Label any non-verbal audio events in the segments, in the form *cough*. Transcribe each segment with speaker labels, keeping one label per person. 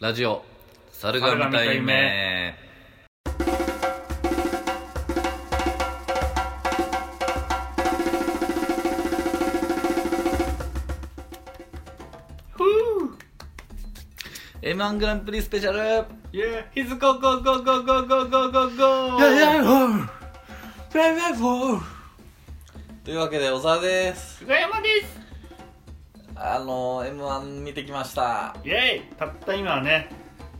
Speaker 1: ラジオ猿が見たい目
Speaker 2: ふう
Speaker 1: M1 グランプリスペシャル
Speaker 2: イェーイ !He's go go go go go go go go go!
Speaker 1: というわけで小沢です
Speaker 2: 菅山です
Speaker 1: あの M1 見てきました
Speaker 2: イェーイたった今はね、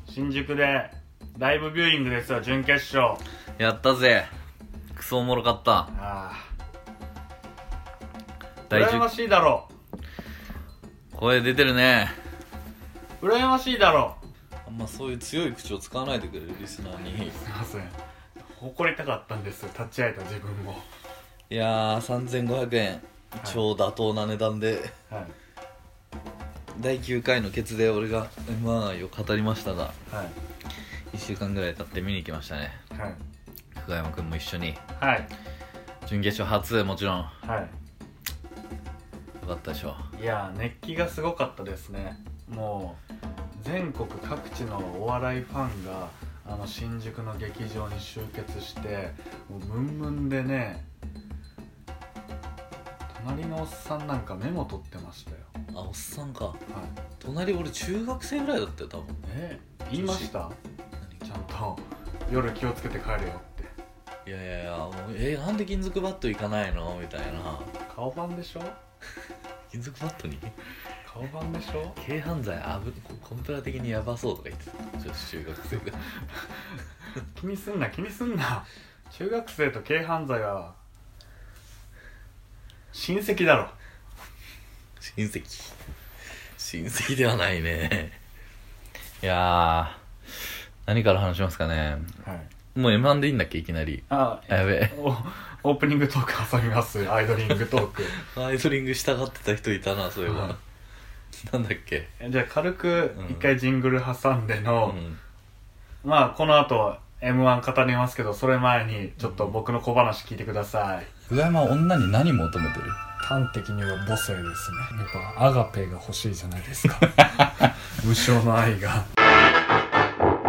Speaker 2: 新宿でライブビューイングですよ、準決勝。
Speaker 1: やったぜクソおもろかった
Speaker 2: ああ、
Speaker 1: 第
Speaker 2: 羨ま
Speaker 1: 10
Speaker 2: しいだろ
Speaker 1: 声出てるね
Speaker 2: う。羨ましいだろう。
Speaker 1: あんまそういう強い口を使わないでくれるリスナーに
Speaker 2: すいません。誇りたかったんですよ、立ち会えた自分も。
Speaker 1: いやー3500円超妥当な値段で、
Speaker 2: はい。
Speaker 1: 第9回のケツで俺が M1 愛を語りましたが
Speaker 2: はい。
Speaker 1: 1週間ぐらい経って見に行きましたね
Speaker 2: はい。
Speaker 1: 久我山君も一緒に
Speaker 2: はい。
Speaker 1: 準決勝初もちろんよ
Speaker 2: はい。
Speaker 1: かったでしょ
Speaker 2: いやー熱気がすごかったですねもう全国各地のお笑いファンがあの新宿の劇場に集結してもうムンムンでね隣のおっさんなんかメモ取ってましたよ、
Speaker 1: あおっさんか
Speaker 2: はい、
Speaker 1: 隣俺中学生ぐらいだったよ多分
Speaker 2: え言いましたちゃんと夜気をつけて帰れよって
Speaker 1: いやいやいやもうえなんで金属バット行かないのみたいな
Speaker 2: 顔版でしょ
Speaker 1: 金属バットに
Speaker 2: 顔版でしょ
Speaker 1: 軽犯罪あぶココンプラ的にヤバそうとか言ってたちょっと中学生が
Speaker 2: 気にすんな気にすんな中学生と軽犯罪は親戚だろ
Speaker 1: 親戚親戚ではないねいやー何から話しますかね
Speaker 2: はい
Speaker 1: もう M1 でいいんだっけいきなり
Speaker 2: あ
Speaker 1: やべえ
Speaker 2: おオープニングトーク挟みますアイドリングトーク
Speaker 1: アイドリングしたがってた人いたなそういえば、
Speaker 2: はい
Speaker 1: *laughs* なんだっけ
Speaker 2: え *laughs* じゃあ軽く
Speaker 1: うん
Speaker 2: 一回ジングル挟んで
Speaker 1: う
Speaker 2: の、
Speaker 1: ん
Speaker 2: まあこの後 m 1語りますけどそれ前にちょっと僕の小話聞いてください
Speaker 1: 上山は女に何求めてる
Speaker 2: 端的には母性ですねやっぱアガペが欲しいじゃないです *laughs* か無償の愛が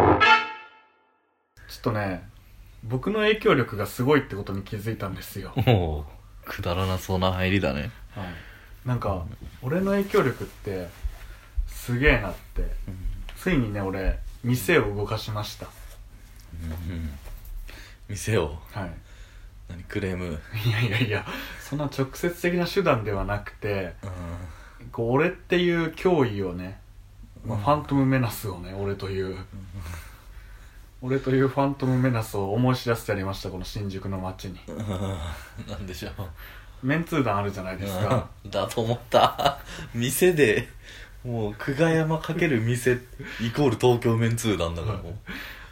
Speaker 2: ちょっとね僕の影響力がすごいってことに気づいたんですよ
Speaker 1: もうくだらなそうな入りだね
Speaker 2: はい、なんか俺の影響力ってすげえなってついにね俺店を動かしました
Speaker 1: うん、うん、店を
Speaker 2: はい
Speaker 1: 何クレーム
Speaker 2: *laughs* いやいやいやそんな直接的な手段ではなくてこう俺っていう脅威をね、まあ
Speaker 1: うん
Speaker 2: ファントムメナスをね俺という俺というファントムメナスを思い知らせてやりましたこの新宿の街に
Speaker 1: うんなんでしょう
Speaker 2: メンツー団あるじゃないですか
Speaker 1: うんだと思った店でもう久我山かける店イコール東京メンツー団だからもう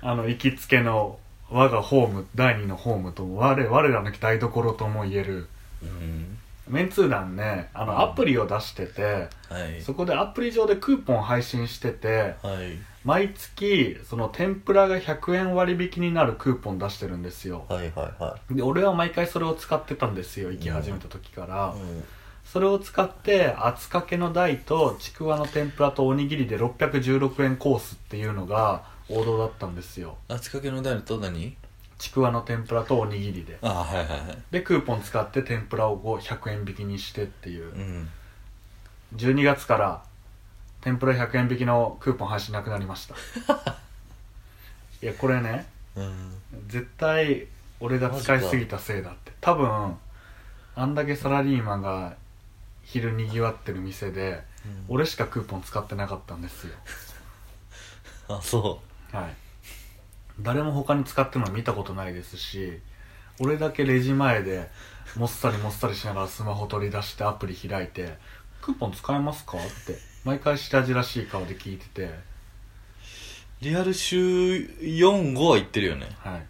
Speaker 2: *laughs* あの行きつけの我がホーム第二のホームと我我らの台所とも言える
Speaker 1: うん
Speaker 2: メンツー団ねあのアプリを出してて、
Speaker 1: はい
Speaker 2: そこでアプリ上でクーポン配信してて
Speaker 1: はい
Speaker 2: 毎月その天ぷらが100円割引になるクーポン出してるんですよ
Speaker 1: はいはいは
Speaker 2: で俺は毎回それを使ってたんですよ行き始めた時から、
Speaker 1: いうん
Speaker 2: それを使って厚かけの台とちくわの天ぷらとおにぎりで616円コースっていうのが王道だったんですよ
Speaker 1: 厚かけのダイルと何
Speaker 2: ちくわの天ぷらとおにぎりで
Speaker 1: あはいはいはい
Speaker 2: でクーポン使って天ぷらをこう100円引きにしてっていう
Speaker 1: うん
Speaker 2: 12月から天ぷら100円引きのクーポン配信なくなりましたいやこれね
Speaker 1: うん
Speaker 2: 絶対俺が使いすぎたせいだって多分あんだけサラリーマンが昼にぎわってる店で俺しかクーポン使ってなかったんですよ
Speaker 1: あそ
Speaker 2: はい誰も他に使ってるの見たことないですし俺だけレジ前でもっさりもっさりしながらスマホ取り出してアプリ開いて「クーポン使えますか?」って毎回白々しい顔で聞いてて
Speaker 1: うリアル週45は行ってるよね
Speaker 2: はい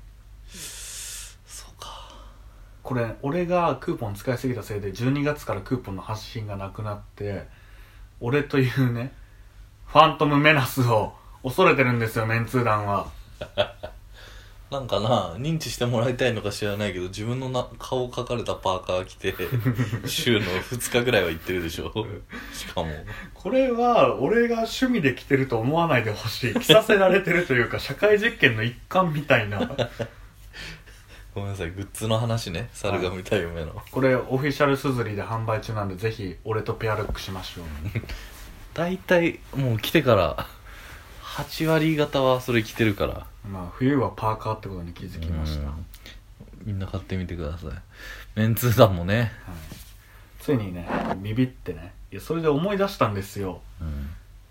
Speaker 1: そうか
Speaker 2: これ俺がクーポン使いすぎたせいで12月からクーポンの発信がなくなって俺というねファントムメナスを恐れてるんですよメンツー団は
Speaker 1: なんかな認知してもらいたいのか知らないけど自分のな顔描かれたパーカー着 *laughs* て週の2日ぐらいは行ってるでしょしかも
Speaker 2: これは俺が趣味で着てると思わないでほしい着させられてるというか社会実験の一環みたいな
Speaker 1: ごめんなさいグッズの話ね猿が見た夢の、
Speaker 2: *laughs* これオフィシャルすずりで販売中なんでぜひ俺とペアルックしましょう
Speaker 1: 大体もう来てから8割方はそれ着てるから
Speaker 2: まあ冬はパーカーってことに気づきました、
Speaker 1: う
Speaker 2: はい
Speaker 1: んみんな買ってみてくださいメンツー団もね、
Speaker 2: ついにねビビってねいやそれで思い出したんですよ
Speaker 1: うん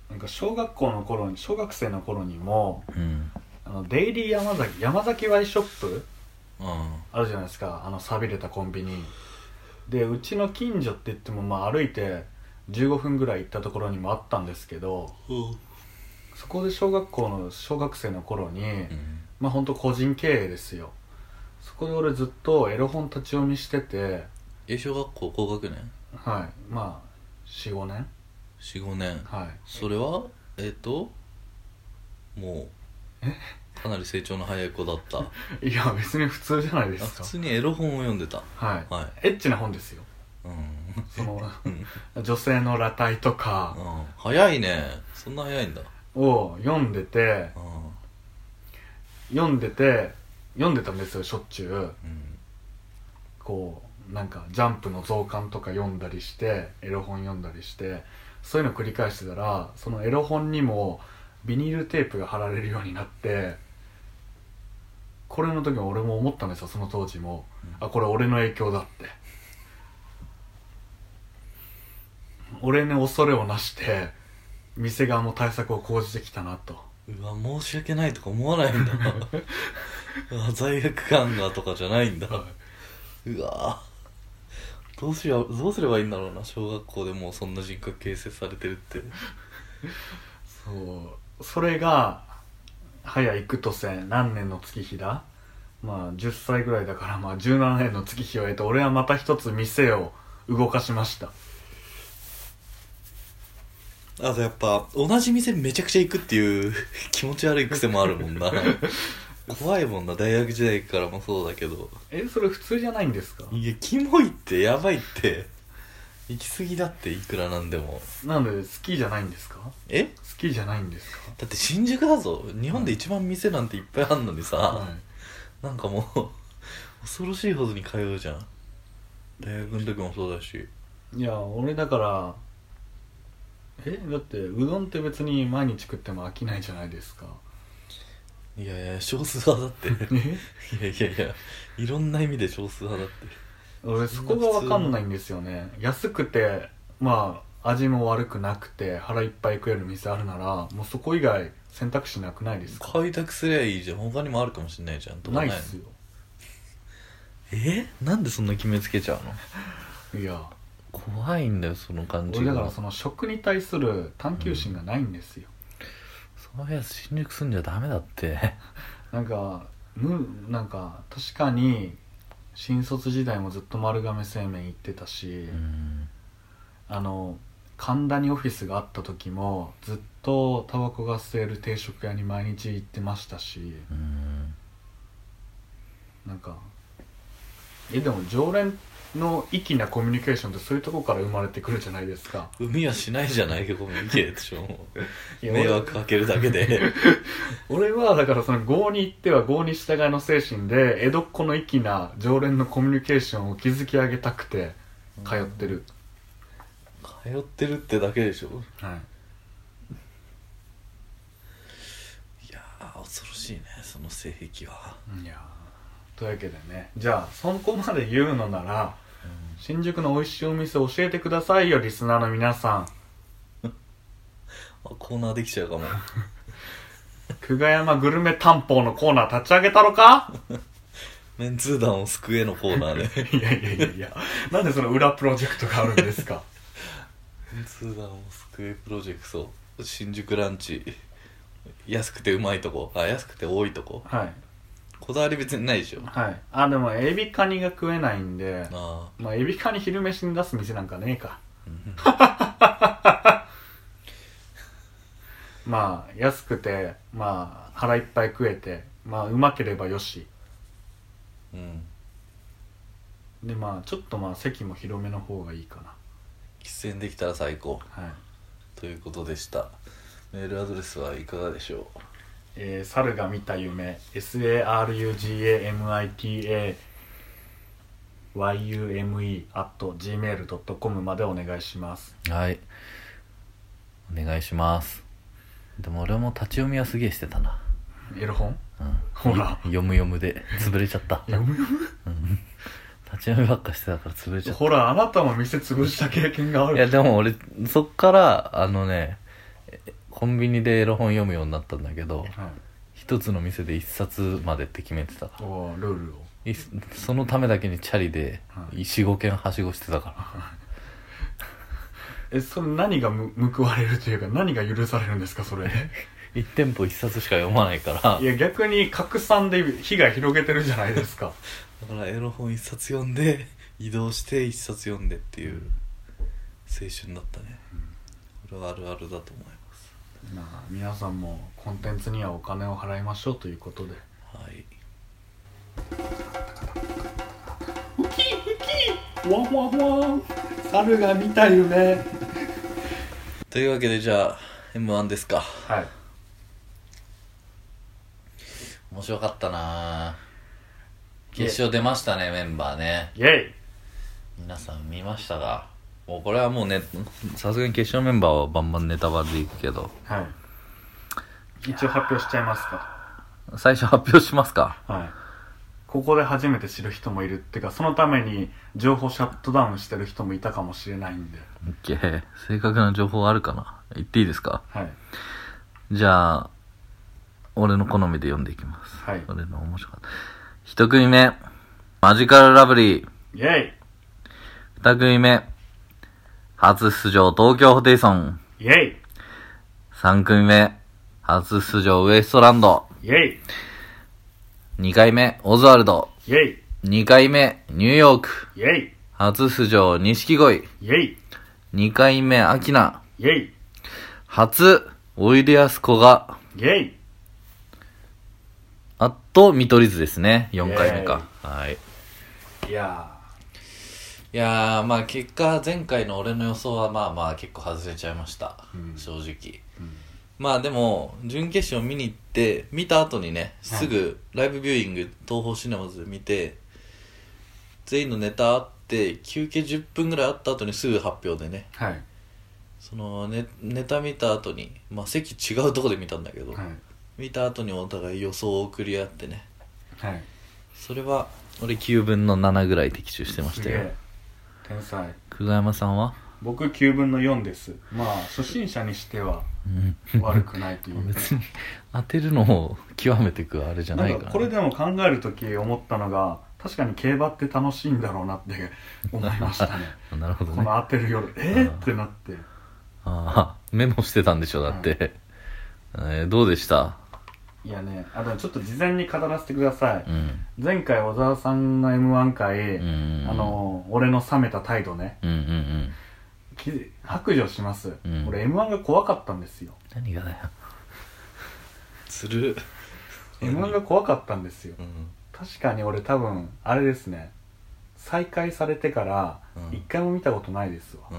Speaker 2: なんか小学校の頃に小学生の頃にも
Speaker 1: うん
Speaker 2: あのデイリー山崎山崎ワイショップ
Speaker 1: うん
Speaker 2: あるじゃないですかあの寂れたコンビニでうちの近所って言ってもまあ歩いて15分ぐらい行ったところにもあったんですけどそこで小学校の小学生の頃に、
Speaker 1: うん
Speaker 2: まあ本当個人経営ですよそこで俺ずっとエロ本立ち読みしてて
Speaker 1: え小学校高学年
Speaker 2: はいまあ45年
Speaker 1: 45年
Speaker 2: はい
Speaker 1: それはえっ、ともうかなり成長の早い子だった
Speaker 2: いや別に普通じゃないで
Speaker 1: あ
Speaker 2: す
Speaker 1: 普
Speaker 2: か
Speaker 1: 通にエロ本を読んでた
Speaker 2: はい
Speaker 1: は
Speaker 2: エッチな本ですよ
Speaker 1: いうん *laughs*
Speaker 2: その
Speaker 1: うん
Speaker 2: 女性の裸体とか
Speaker 1: うん早いねそんな早いんだ
Speaker 2: を読んでて
Speaker 1: うん
Speaker 2: 読んでて読んでたんですよしょっちゅう
Speaker 1: うん
Speaker 2: こうなんか「ジャンプ」の増刊とか読んだりしてエロ本読んだりしてそういうの繰り返してたらそのエロ本にもビニールテープが貼られるようになってこれの時も俺も思ったんですよその当時も、
Speaker 1: うん
Speaker 2: あこれ俺の影響だって俺に恐れをなして店側も対策を講じてきたなと
Speaker 1: うわ申し訳ないとか思わないん
Speaker 2: *laughs*
Speaker 1: だうわ罪悪感がとかじゃないんだうわどうしようどうすればいいんだろうな小学校でもうそんな人格形成されてるって
Speaker 2: そうそれが早幾年何年の月日だまあ10歳ぐらいだからまあ17年の月日を得て俺はまた一つ店を動かしました
Speaker 1: あとやっぱ同じ店めちゃくちゃ行くっていう *laughs* 気持ち悪い癖もあるもん *laughs* な怖いもんな大学時代からもそうだけど
Speaker 2: えそれ普通じゃないんですか
Speaker 1: いやキモいってやばいって行き過ぎだっていくらなんでも
Speaker 2: なので好きじゃないんですか好
Speaker 1: え
Speaker 2: きじゃないんですか
Speaker 1: だって新宿だぞ日本で一番店なんていっぱいあんのにさ、
Speaker 2: は
Speaker 1: なんかもう恐ろしいほどに通うじゃん大学の時もそうだし
Speaker 2: いいや俺だからえだってうどんって別に毎日食っても飽きないじゃないですか
Speaker 1: いやいや少数派だって
Speaker 2: え
Speaker 1: いやいやいやいろんな意味で少数派だって
Speaker 2: 俺そこが分かんないんですよね安くてまあ味も悪くなくて腹いっぱい食える店あるならもうそこ以外選択肢なくないですか
Speaker 1: 開拓すりゃいいじゃん他にもあるかもしんないじゃんとか
Speaker 2: な
Speaker 1: ない
Speaker 2: っ
Speaker 1: の
Speaker 2: すよ
Speaker 1: えなんでそんな決めつけちゃうの
Speaker 2: いや
Speaker 1: 怖いんだよその感じ
Speaker 2: 俺だから
Speaker 1: そ
Speaker 2: その食に対する探求心がないんですよ、
Speaker 1: のやつ新宿住んじゃダメだって
Speaker 2: なんかむなんか確かに新卒時代もずっと丸亀製麺行ってたし、
Speaker 1: うん
Speaker 2: あの神田にオフィスがあった時もずっとタバコが吸える定食屋に毎日行ってましたし
Speaker 1: うん
Speaker 2: なんかえでも常連の粋なコミュニケーションってそういうとこから生まれてくるじゃないですか
Speaker 1: 海はしないじゃないけどもうでしょもう
Speaker 2: いや
Speaker 1: 迷惑かけるだけ *laughs* で
Speaker 2: 俺はだからその郷に行っては郷に従いの精神で江戸っ子の粋な常連のコミュニケーションを築き上げたくて通ってる、
Speaker 1: 通ってるってだけでしょ
Speaker 2: はい
Speaker 1: やー恐ろしいねその性癖はい
Speaker 2: いやーというわけでねじゃあそこまで言うのなら新宿の美味しいお店教えてくださいよリスナーの皆さん
Speaker 1: あコーナーできちゃうかも
Speaker 2: 久我山グルメ担保のコーナー立ち上げたろか
Speaker 1: メンツー団を救えのコーナーで
Speaker 2: いやいやいやいやなんでその裏プロジェクトがあるんですか
Speaker 1: *laughs* メンツー団を救えプロジェクト新宿ランチ安くてうまいとこあ安くて多いとこ
Speaker 2: *laughs* はい
Speaker 1: こだわり別にないでしょ
Speaker 2: はいあでもエビカニが食えないんで
Speaker 1: あ
Speaker 2: まあエビカニ昼飯に出す店なんかねえか
Speaker 1: あ、うん
Speaker 2: まあ安くてまあ腹いっぱい食えてまあうまければよし
Speaker 1: うん
Speaker 2: でまあちょっとまあ席も広めの方がいいかな
Speaker 1: 喫煙できたら最高
Speaker 2: はい
Speaker 1: ということでしたメールアドレスはいかがでしょ
Speaker 2: えー、猿が見た夢 SARUGAMITA yume at gmail.com までお願いします
Speaker 1: うはいお願いしますでも俺も立ち読みはすげえしてたな
Speaker 2: エロ本
Speaker 1: うん
Speaker 2: ほら
Speaker 1: 読む読むで潰れちゃった
Speaker 2: 読む読
Speaker 1: うん立ち読みばっかしてたから潰れちゃ
Speaker 2: む
Speaker 1: っ
Speaker 2: ほらあなたも店潰した経験があ
Speaker 1: たい
Speaker 2: る
Speaker 1: やでも俺そっからあのねえコンビニでエロ本読むようになったんだけど
Speaker 2: は
Speaker 1: 一つの店で一冊までって決めてたか
Speaker 2: い、おールールを
Speaker 1: らいそのためだけにチャリで
Speaker 2: はい
Speaker 1: 45軒はしごしてたか
Speaker 2: えそれ何がむ報われるというか何が許されるんですか
Speaker 1: *laughs*
Speaker 2: それ
Speaker 1: ら1店舗1冊しか読まないから
Speaker 2: いや逆に拡散で被害広げてるじゃないですか *laughs*
Speaker 1: だからエロ本一冊読んで移動して一冊読んでっていう青春だったね、これはあるあるだと思います
Speaker 2: まあ皆さんもコンテンツにはお金を払いましょうということで
Speaker 1: はい
Speaker 2: ウキウキワンワンワン猿が見た夢
Speaker 1: というわけでじゃあ m 1ですか
Speaker 2: はい
Speaker 1: 面白かったな決勝出ましたねメンバーね
Speaker 2: イェイ
Speaker 1: 皆さん見ましたがもうこれはもうねさすがに決勝メンバーはバンバンネタバレでいくけど
Speaker 2: はい一応発表しちゃいますか
Speaker 1: 最初発表しますか
Speaker 2: はいここで初めて知る人もいるっていうかそのために情報シャットダウンしてる人もいたかもしれないんで
Speaker 1: OK 正確な情報あるかな言っていいですか
Speaker 2: はい
Speaker 1: じゃあ俺の好みで読んでいきます
Speaker 2: はい
Speaker 1: 俺の面白かった一組目マジカルラブリー
Speaker 2: イェイ
Speaker 1: 二組目初出場東京ホテイソン
Speaker 2: イェイ
Speaker 1: 三組目初出場ウエストランド
Speaker 2: イェイ
Speaker 1: 2回目、オズワルド。
Speaker 2: イェイ
Speaker 1: 2回目、ニューヨーク。
Speaker 2: イェイ
Speaker 1: 初出場、錦鯉。
Speaker 2: イェイ
Speaker 1: 2回目、アキナ。
Speaker 2: イェイ
Speaker 1: 初、おいでやすこが。
Speaker 2: イェイ
Speaker 1: あと、見取り図ですね。4回目か。はい。い
Speaker 2: いや
Speaker 1: やー、まあ結果、前回の俺の予想はまあまあ結構外れちゃいました。
Speaker 2: うん
Speaker 1: 正直。
Speaker 2: ー、うん
Speaker 1: まあでも、準決勝見に行って、見た後にね、すぐライブビューイング、東宝シネマズで見て、全員のネタあって、休憩10分ぐらいあった後にすぐ発表でね、
Speaker 2: はい
Speaker 1: そのネネタ見た後に、まあ、席違うとこで見たんだけど、
Speaker 2: はい
Speaker 1: 見た後にお互い予想を送り合ってね
Speaker 2: はい
Speaker 1: それは俺9分の7ぐらい的中してまし
Speaker 2: す
Speaker 1: た
Speaker 2: げ
Speaker 1: よ
Speaker 2: え天才
Speaker 1: 久我山さんは
Speaker 2: 僕9分の4ですまあ初心者にしては
Speaker 1: うん
Speaker 2: 悪くないという
Speaker 1: *laughs* 別に当てるのを極めてくあれじゃない
Speaker 2: な
Speaker 1: か
Speaker 2: ん
Speaker 1: ら、
Speaker 2: かこれでも考える時思ったのが確かに競馬って楽しいんだろうなって思いましたね
Speaker 1: あなるほど
Speaker 2: こ
Speaker 1: ね
Speaker 2: の当てる夜え
Speaker 1: あ
Speaker 2: ー、
Speaker 1: ー
Speaker 2: ってなって
Speaker 1: ああメモしてたんでしょだって、えーどうでした
Speaker 2: いやねあでもちょっと事前に語らせてください、
Speaker 1: うん
Speaker 2: 前回小沢さんの m 1回、
Speaker 1: うんうんうん
Speaker 2: あの俺の冷めた態度ね
Speaker 1: うんうんうん
Speaker 2: き白状します、
Speaker 1: うん
Speaker 2: 俺 m 1が怖かったんですよ
Speaker 1: 何がだよつる
Speaker 2: m 1が怖かったんですよ
Speaker 1: うん
Speaker 2: 確かに俺多分あれですね再開されてから
Speaker 1: うん
Speaker 2: 一回も見たことないですわ、
Speaker 1: うん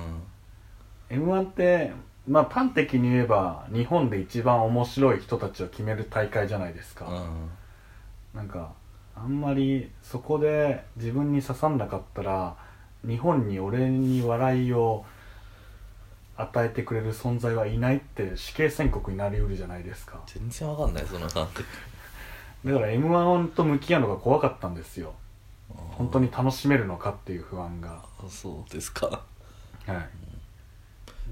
Speaker 2: m 1ってまあ端的に言えば日本で一番面白い人たちを決める大会じゃないです
Speaker 1: う
Speaker 2: か、
Speaker 1: ん
Speaker 2: なんかあんまりそこで自分に刺さんなかったら日本に俺に笑いを与えてくれる存在はいないって死刑宣告になりうるじゃないですか
Speaker 1: 全然わかんないその感覚
Speaker 2: だから m 1と向き合うのが怖かったんですよ本当に楽しめるのかっていう不安が
Speaker 1: あそうですか
Speaker 2: は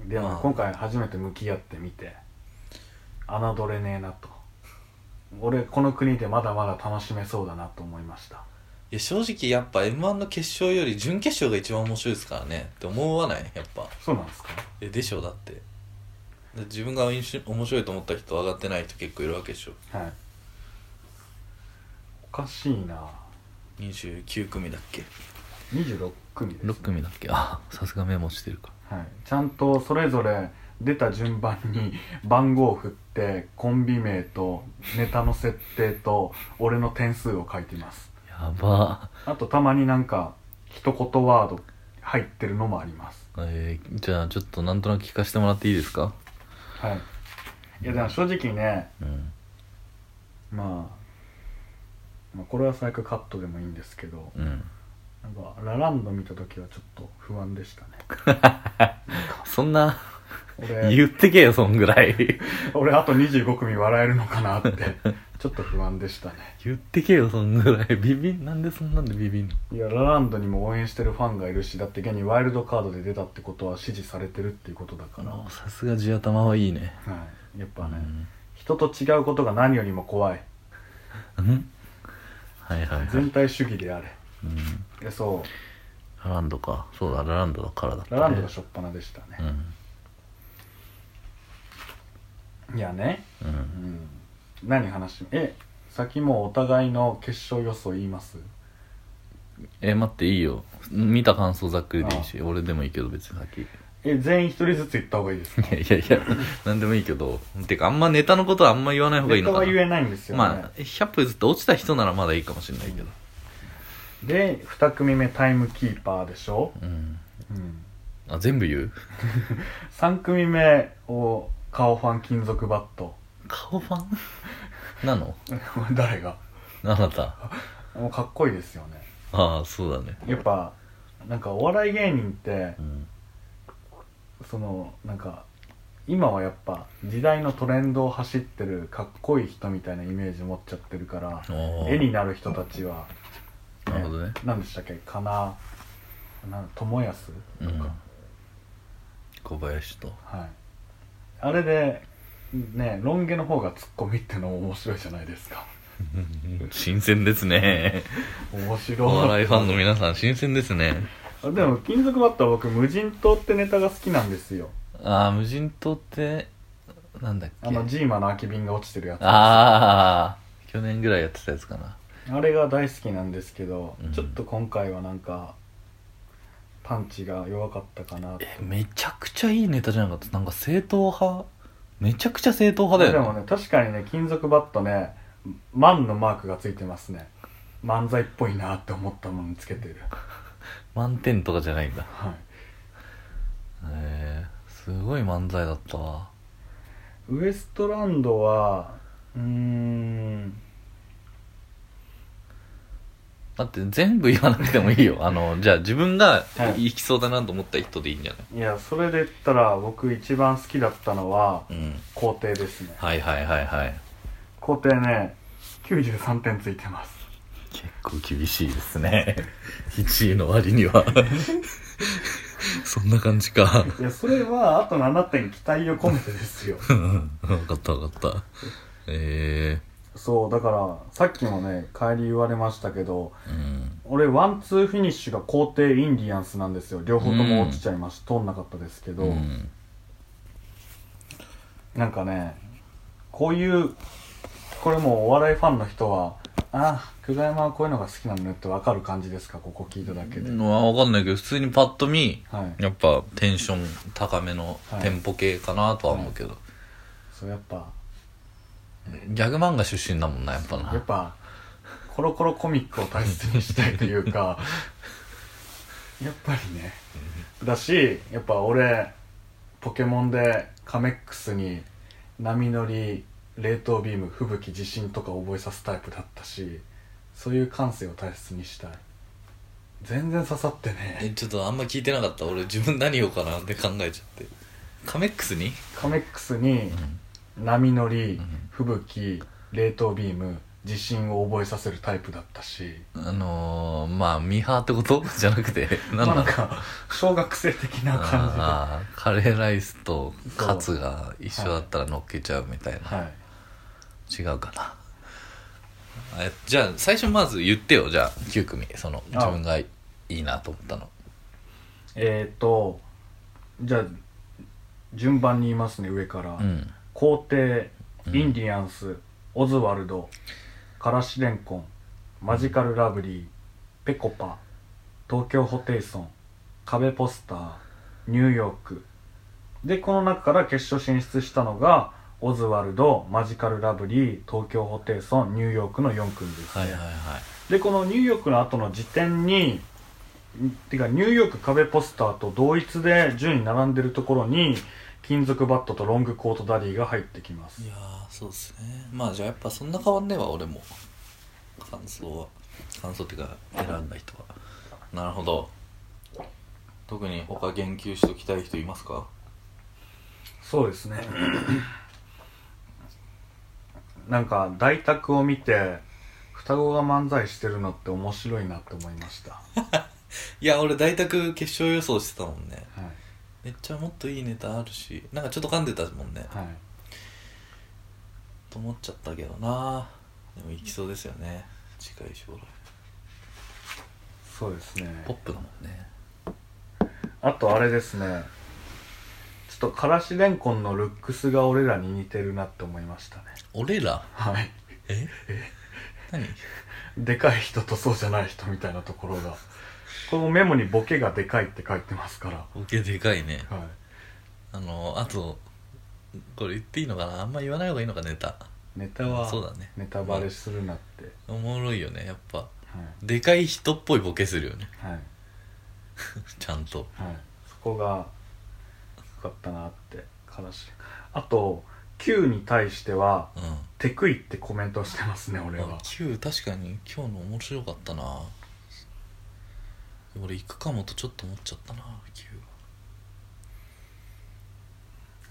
Speaker 2: い、で
Speaker 1: ま
Speaker 2: も
Speaker 1: あ
Speaker 2: 今回初めて向き合ってみて侮れねえなと俺この国でまだまだ楽しめそうだなと思いました
Speaker 1: いや正直やっぱ m 1の決勝より準決勝が一番面白いですからねって思わないやっぱ
Speaker 2: そうなんですか
Speaker 1: えでしょだってで自分が印象面白いと思った人上がってない人結構いるわけでしょ
Speaker 2: はいおかしいな
Speaker 1: 29組だっけ
Speaker 2: 26組です、
Speaker 1: 6組だっけあさすがメモしてるか
Speaker 2: はい、ちゃんとそれぞれ出た順番に番号を振ってコンビ名とネタの設定と俺の点数を書いてます
Speaker 1: やば
Speaker 2: あとたまになんか一言ワード入ってるのもあります
Speaker 1: えー、じゃあちょっとなんとなく聞かせてもらっていいですか
Speaker 2: はいいやでも正直ね、
Speaker 1: うん
Speaker 2: まあ、まあこれは最悪カットでもいいんですけど
Speaker 1: うん
Speaker 2: なんかラランド見た時はちょっと不安でしたね
Speaker 1: そんな
Speaker 2: 俺
Speaker 1: 言ってけよそんぐらい
Speaker 2: 俺あと25組笑えるのかな
Speaker 1: *laughs*
Speaker 2: ってちょっと不安でしたね
Speaker 1: 言ってけよそんぐらいビビんなんでそんなんでビビんの
Speaker 2: いやラランドにも応援してるファンがいるしだって現にワイルドカードで出たってことは支持されてるっていうことだから、
Speaker 1: あ
Speaker 2: は
Speaker 1: ーさすが地頭はいいね
Speaker 2: い、やっぱね、人と違うことが何よりも怖い
Speaker 1: うんうんはいはいはい、
Speaker 2: 全体主義であれ
Speaker 1: うん、
Speaker 2: いやそ
Speaker 1: ラランドかそうだラランドからだっ
Speaker 2: う
Speaker 1: た、
Speaker 2: ラランドが初っ端でした
Speaker 1: う
Speaker 2: ね、
Speaker 1: ん
Speaker 2: いやね、
Speaker 1: う
Speaker 2: うんん、何話しえ先もうお互いの決勝予想言います
Speaker 1: え待っていいよ見た感想ざっくりでいいし俺でもいいけど別に先い
Speaker 2: え全員一人ずつ言った方がい
Speaker 1: *laughs*
Speaker 2: いですか
Speaker 1: やいやいや何でもいいけどてかあんまネタのことはあんま言わない方がいい
Speaker 2: ネタ
Speaker 1: のか
Speaker 2: は
Speaker 1: な
Speaker 2: 言えないんですよね、
Speaker 1: まあ100歩譲って落ちた人ならまだいいかもしれないけど
Speaker 2: で2組目タイムキーパーでしょ、
Speaker 1: うん
Speaker 2: うん、
Speaker 1: あ全部言う
Speaker 2: 3組目を顔ファン金属
Speaker 1: *laughs*
Speaker 2: バット
Speaker 1: 顔ファンなの
Speaker 2: 誰が
Speaker 1: あなた
Speaker 2: もうかっこいいですよね
Speaker 1: ああそうだね
Speaker 2: やっぱなんかお笑い芸人って
Speaker 1: うん
Speaker 2: そのなんか今はやっぱ時代のトレンドを走ってるかっこいい人みたいなイメージ持っちゃってるから
Speaker 1: おー
Speaker 2: 絵になる人たちは、
Speaker 1: なるほどね
Speaker 2: 何でしたっけかななん友康
Speaker 1: う
Speaker 2: とか、
Speaker 1: ん小林と *laughs*
Speaker 2: はいあれでねロン毛の方がツッコミってのも面白いじゃないですか
Speaker 1: 新鮮ですね
Speaker 2: 面白い
Speaker 1: お笑いファンの皆さん新鮮ですね
Speaker 2: あでも金属バットは僕無人島ってネタが好きなんですよ
Speaker 1: ああ無人島ってなんだっけ
Speaker 2: あのジーマの空き瓶が落ちてるやつ
Speaker 1: ああ去年ぐらいやってたやつかな
Speaker 2: あれが大好きなんですけど、
Speaker 1: うん
Speaker 2: ちょっと今回はなんかパンチが弱かったかなって
Speaker 1: えめちゃくちゃいいネタじゃなかったなんか正統派めちゃくちゃ正統派だ
Speaker 2: で
Speaker 1: よ
Speaker 2: も
Speaker 1: ね
Speaker 2: ね確かにね金属バットね万のマークがついてますね漫才っぽいなって思ったものにつけてる
Speaker 1: 満点とかじゃないんだ
Speaker 2: はい
Speaker 1: へえすごい漫才だったわ
Speaker 2: ウエストランドはうーん
Speaker 1: だって全部言わなくてもいい *laughs* よあのじゃあ自分が
Speaker 2: はい
Speaker 1: 行きそうだなと思った人でいいんじゃない、
Speaker 2: いやそれで言ったら僕一番好きだったのは
Speaker 1: うん
Speaker 2: 皇帝ですね
Speaker 1: はいはいはいはい
Speaker 2: 皇帝ね93点ついてます
Speaker 1: 結構厳しいです *laughs* ね1位の割には *laughs* そんな感じか
Speaker 2: いやそれはあと7点期待を込めてですよ
Speaker 1: うん分かった分かったえ
Speaker 2: *laughs* そうだからさっきもね帰り言われましたけど
Speaker 1: えうん
Speaker 2: 俺ワンツーフィニッシュが皇帝インディアンスなんですよ両方とも落ちちゃいました、通んなかったですけど、
Speaker 1: うん
Speaker 2: なんかねこういうこれもうお笑いファンの人はああ久我山はこういうのが好きなのねって分かる感じですかここ聞いただけで、
Speaker 1: まあ分かんないけど普通にパッと見
Speaker 2: はい
Speaker 1: やっぱテンション高めの
Speaker 2: はい
Speaker 1: テンポ系かなとは思うけど、
Speaker 2: そうやっぱ
Speaker 1: ギャグ漫画出身だもんなやっぱな
Speaker 2: やっぱコロコロコミックを大切にしたいという
Speaker 1: *laughs*
Speaker 2: かやっぱりねだしやっぱ俺ポケモンでカメックスに波乗り冷凍ビーム吹雪地震とか覚えさすタイプだったしそういう感性を大切にしたい全然刺さって
Speaker 1: え
Speaker 2: ね
Speaker 1: ちょっとあんま聞いてなかった俺自分何言おうかなって考えちゃってカメックスに
Speaker 2: カメックスに波乗り吹雪冷凍ビーム地震を覚えさせるタイプだったし
Speaker 1: あのー、まあミーハーってこと *laughs* じゃなくて
Speaker 2: ま
Speaker 1: な
Speaker 2: あ
Speaker 1: んだ
Speaker 2: なんか小学生的な感じでは
Speaker 1: あーカレーライスとカツが一緒だったら乗っけちゃうみたいな、違うかなえじゃあ最初まず言ってよじゃあ9組その自分がいいなと思ったの
Speaker 2: いえっ、ー、とじゃあ順番に言いますね上から、
Speaker 1: うん
Speaker 2: 皇帝
Speaker 1: うん
Speaker 2: インディアンス、オズワルドからしれんこんマジカルラブリーぺこぱ東京ホテイソン壁ポスターニューヨークでこの中から決勝進出したのがオズワルドマジカルラブリー東京ホテイソンニューヨークの4組ですね、
Speaker 1: はいはいはい
Speaker 2: でこのニューヨークの後の時点にんてかニューヨーク壁ポスターと同一で順位並んでるところに金属バットとロングコートダディが入ってきます
Speaker 1: いやーそうですねまあじゃあやっぱそんな変わんねえわ俺も感想は感想っていうか選んだ人はなるほど特に他言及しときたい人いますか
Speaker 2: そうですね *clears throat* なんか大宅を見て双子が漫才してるのって面白いなって思いました、はい
Speaker 1: や俺大宅決勝予想してたもんねめっちゃもっといいネタあるしなんかちょっと噛んでたもんね
Speaker 2: いはい、
Speaker 1: と思っちゃったけどなでもいきそうですよね近い将来
Speaker 2: そうですね
Speaker 1: ポップだもんね
Speaker 2: あとあれですねちょっとからしれんこんのルックスが俺らに似てるなって思いましたね
Speaker 1: 俺ら
Speaker 2: はい
Speaker 1: え何
Speaker 2: でかい人とそうじゃない人みたいなところがこのメモにボケがでかいって書いてますから
Speaker 1: ボケでかいね
Speaker 2: はい
Speaker 1: あのあとこれ言っていいのかなあんま言わない方がいいのかネタ
Speaker 2: ネタは
Speaker 1: そうだね
Speaker 2: ネタバレするなって、
Speaker 1: おもろいよねやっぱでかい人っぽいボケするよね *laughs*
Speaker 2: はいはい
Speaker 1: ちゃんと
Speaker 2: はい、そこがよかったなって悲しいあと Q に対しては
Speaker 1: うん
Speaker 2: 「テクイ」ってコメントしてますね俺は
Speaker 1: Q 確かに今日の面白かったな俺行くかもとちょっと思っちゃったな Q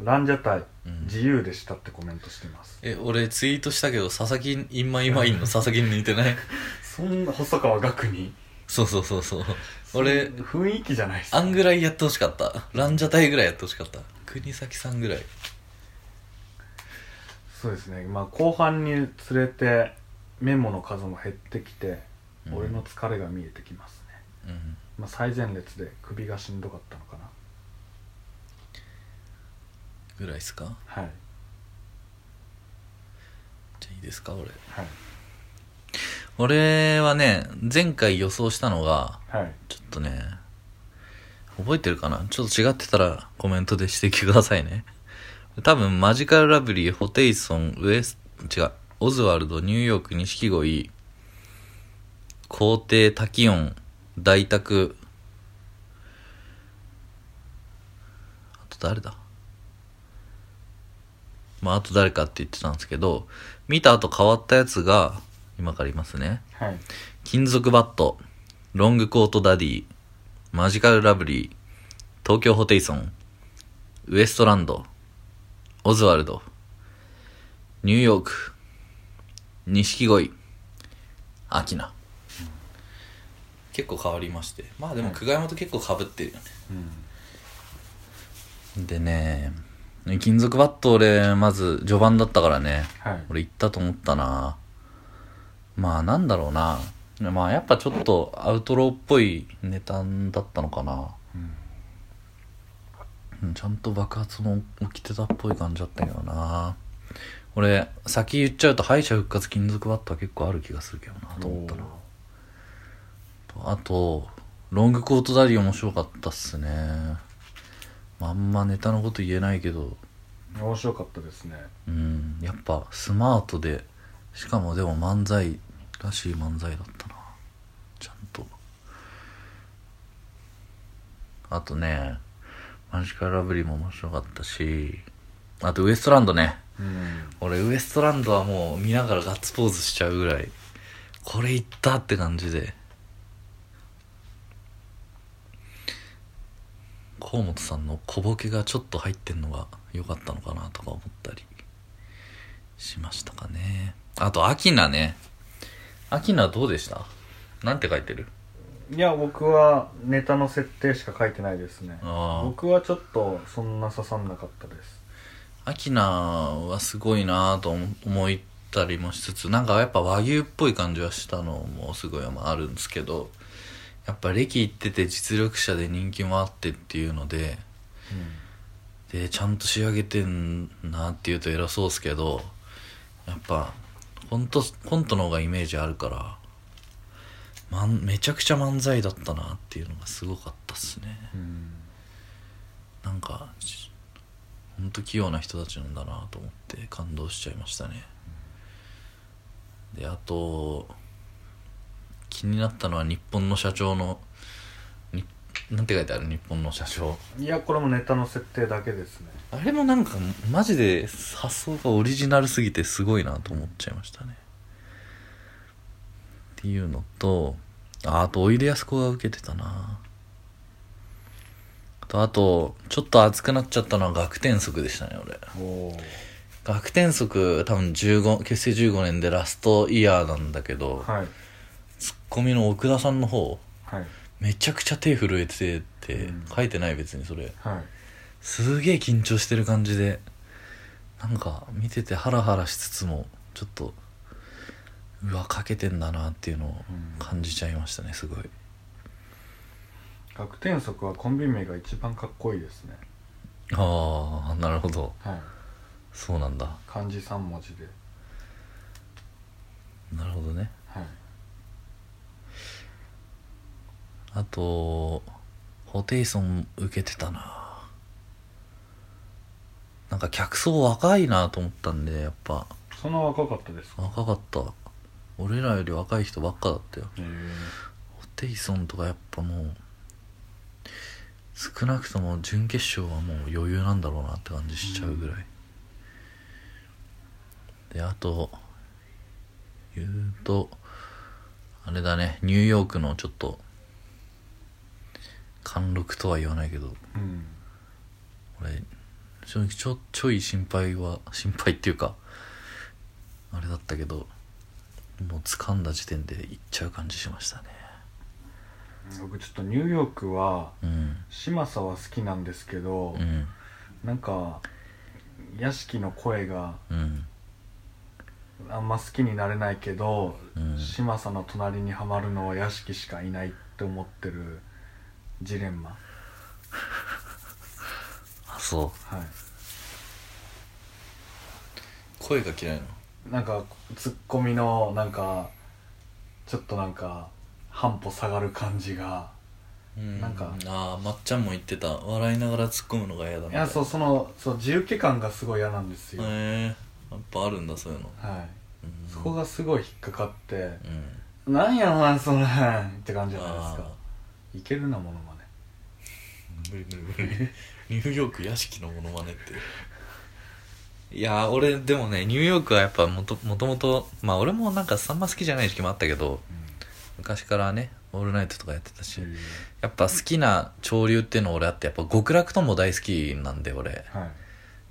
Speaker 2: ランジャタイ
Speaker 1: うん
Speaker 2: 自由でしたってコメントしてます
Speaker 1: え俺ツイートしたけど佐々木インマイマイン
Speaker 2: *laughs*
Speaker 1: の佐々木に似てない *laughs*
Speaker 2: そんな細川岳に
Speaker 1: そうそうそうそう
Speaker 2: そんな
Speaker 1: 俺
Speaker 2: 雰囲気じゃないっす
Speaker 1: あんぐらいやってほしかったランジャタイぐらいやってほしかった国崎さんぐらい
Speaker 2: そうですねまあ後半につれてメモの数も減ってきて、
Speaker 1: うん
Speaker 2: 俺の疲れが見えてきますね
Speaker 1: うん
Speaker 2: まあ最前列で首がしんどかったのかな
Speaker 1: ぐらいっすか
Speaker 2: はい
Speaker 1: じゃあいいですか俺
Speaker 2: はい
Speaker 1: 俺はね前回予想したのが
Speaker 2: はい
Speaker 1: ちょっとね覚えてるかなちょっと違ってたらコメントで指摘くださいね多分マジカルラブリーホテイソンウエス違うオズワルドニューヨーク錦鯉皇帝タキオン大宅あと誰だまああと誰かって言ってたんですけど見た後変わったやつが今から言いますね
Speaker 2: はい
Speaker 1: 金属バット、ロングコートダディ、マジカルラブリー、東京ホテイソン、ウエストランド、オズワルド、ニューヨーク、錦鯉、アキナ。結構変わりまして。まあでも久我山と結構被ってるよね。
Speaker 2: うん
Speaker 1: でね、金属バット俺、まず序盤だったからね。
Speaker 2: はい
Speaker 1: 俺行ったと思ったなまあなんだろうなまあやっぱちょっとアウトローっぽいネタだったのかな、
Speaker 2: うん
Speaker 1: うんちゃんと爆発も起きてたっぽい感じだったけどな俺先言っちゃうと敗者復活金属バットは結構ある気がするけどなと思ったなあとロングコートダディ面白かったっすねまああんまネタのこと言えないけど
Speaker 2: おー面白かったですね
Speaker 1: うんやっぱスマートでしかもでも漫才らしい漫才だったなちゃんとあとねマジカルラブリーも面白かったしあとウエストランドね
Speaker 2: うん
Speaker 1: 俺ウエストランドはもう見ながらガッツポーズしちゃうぐらいこれいったって感じで河本さんの小ボケがちょっと入ってんのが良かったのかなとか思ったりしましたかねあとアキナねアキナどうでしたなんて書いてる
Speaker 2: いや僕はネタの設定しか書いてないですね
Speaker 1: あ
Speaker 2: 僕はちょっとそんな刺さんなかったです
Speaker 1: あアキナはすごいなと思思ったりもしつつなんかやっぱ和牛っぽい感じはしたのもすごいまああるんですけどやっぱ歴行ってて実力者で人気もあってっていうのででちゃんと仕上げてんなっていうと偉そうっすけどやっぱコントコントの方がイメージあるから、まん、めちゃくちゃ漫才だったなっていうのがすごかったっすね
Speaker 2: うん、
Speaker 1: なんかしほんと器用な人たちなんだなと思って感動しちゃいましたねであと気になったのは日本の社長のになんて書いてある日本の社長
Speaker 2: いやこれもネタの設定だけですね
Speaker 1: あれもなんかマジで発想がオリジナルすぎてすごいなと思っちゃいましたねっていうのとああとおいでやすこが受けてたなあとあとちょっと熱くなっちゃったのは学天則でしたね俺
Speaker 2: おお
Speaker 1: 学天則多分15結成15年でラストイヤーなんだけど、
Speaker 2: はい
Speaker 1: ツッコミの奥田さんの方
Speaker 2: はい
Speaker 1: めちゃくちゃ手震えてて、
Speaker 2: うん
Speaker 1: 書いてない別にそれ
Speaker 2: はい
Speaker 1: すげえ緊張してる感じでなんか見ててハラハラしつつもちょっとうわかけてんだなっていうのを
Speaker 2: うん
Speaker 1: 感じちゃいましたねすごい
Speaker 2: 学天則はコンビ名が一番かっこいいですね
Speaker 1: ああなるほど
Speaker 2: はい
Speaker 1: そうなんだ
Speaker 2: 漢字3文字で
Speaker 1: なるほどね
Speaker 2: はい
Speaker 1: あとホテイソン受けてたななんか客層若いなと思ったんでやっぱ
Speaker 2: そんな若かったですか
Speaker 1: 若かった俺らより若い人ばっかだったよ
Speaker 2: へえ
Speaker 1: ホテイソンとかやっぱもう少なくとも準決勝はもう余裕なんだろうなって感じしちゃうぐらい、であと言うとあれだねニューヨークのちょっと貫禄とは言わないけど
Speaker 2: うん
Speaker 1: 俺正直ちょちょい心配は心配っていうかあれだったけどもう掴んだ時点でいっちゃう感じしましたね
Speaker 2: 僕ちょっとニューヨークは
Speaker 1: うん
Speaker 2: 嶋佐は好きなんですけど、
Speaker 1: うん
Speaker 2: なんか屋敷の声が
Speaker 1: うん
Speaker 2: あんま好きになれないけど、
Speaker 1: うん
Speaker 2: 嶋佐の隣にはまるのは屋敷しかいないって思ってるジレンマ
Speaker 1: あそう
Speaker 2: は
Speaker 1: 声が嫌いなの
Speaker 2: いなんかツッコミのなんかちょっとなんか半歩下がる感じが
Speaker 1: うん
Speaker 2: なんか
Speaker 1: ああまっちゃんも言ってた笑いながら突っ込むのが嫌だみ
Speaker 2: い
Speaker 1: たいな
Speaker 2: やそうそのそう自由気感がすごい嫌なんですよ、
Speaker 1: へえやっぱあるんだそういうの
Speaker 2: はい
Speaker 1: うん
Speaker 2: そこがすごい引っかかって
Speaker 1: うん
Speaker 2: 「なんやお前それ」って感じじゃないですか
Speaker 1: あ
Speaker 2: いけるなものまね
Speaker 1: ー無理無理無理ニューヨーク屋敷のモノマネっていやー俺でもねニューヨークはやっぱもともともとまあ俺もなんかさんま好きじゃない時期もあったけど昔からね「オールナイト」とかやってたしやっぱ好きな潮流っていうの俺あってやっぱ極楽とも大好きなんで俺
Speaker 2: は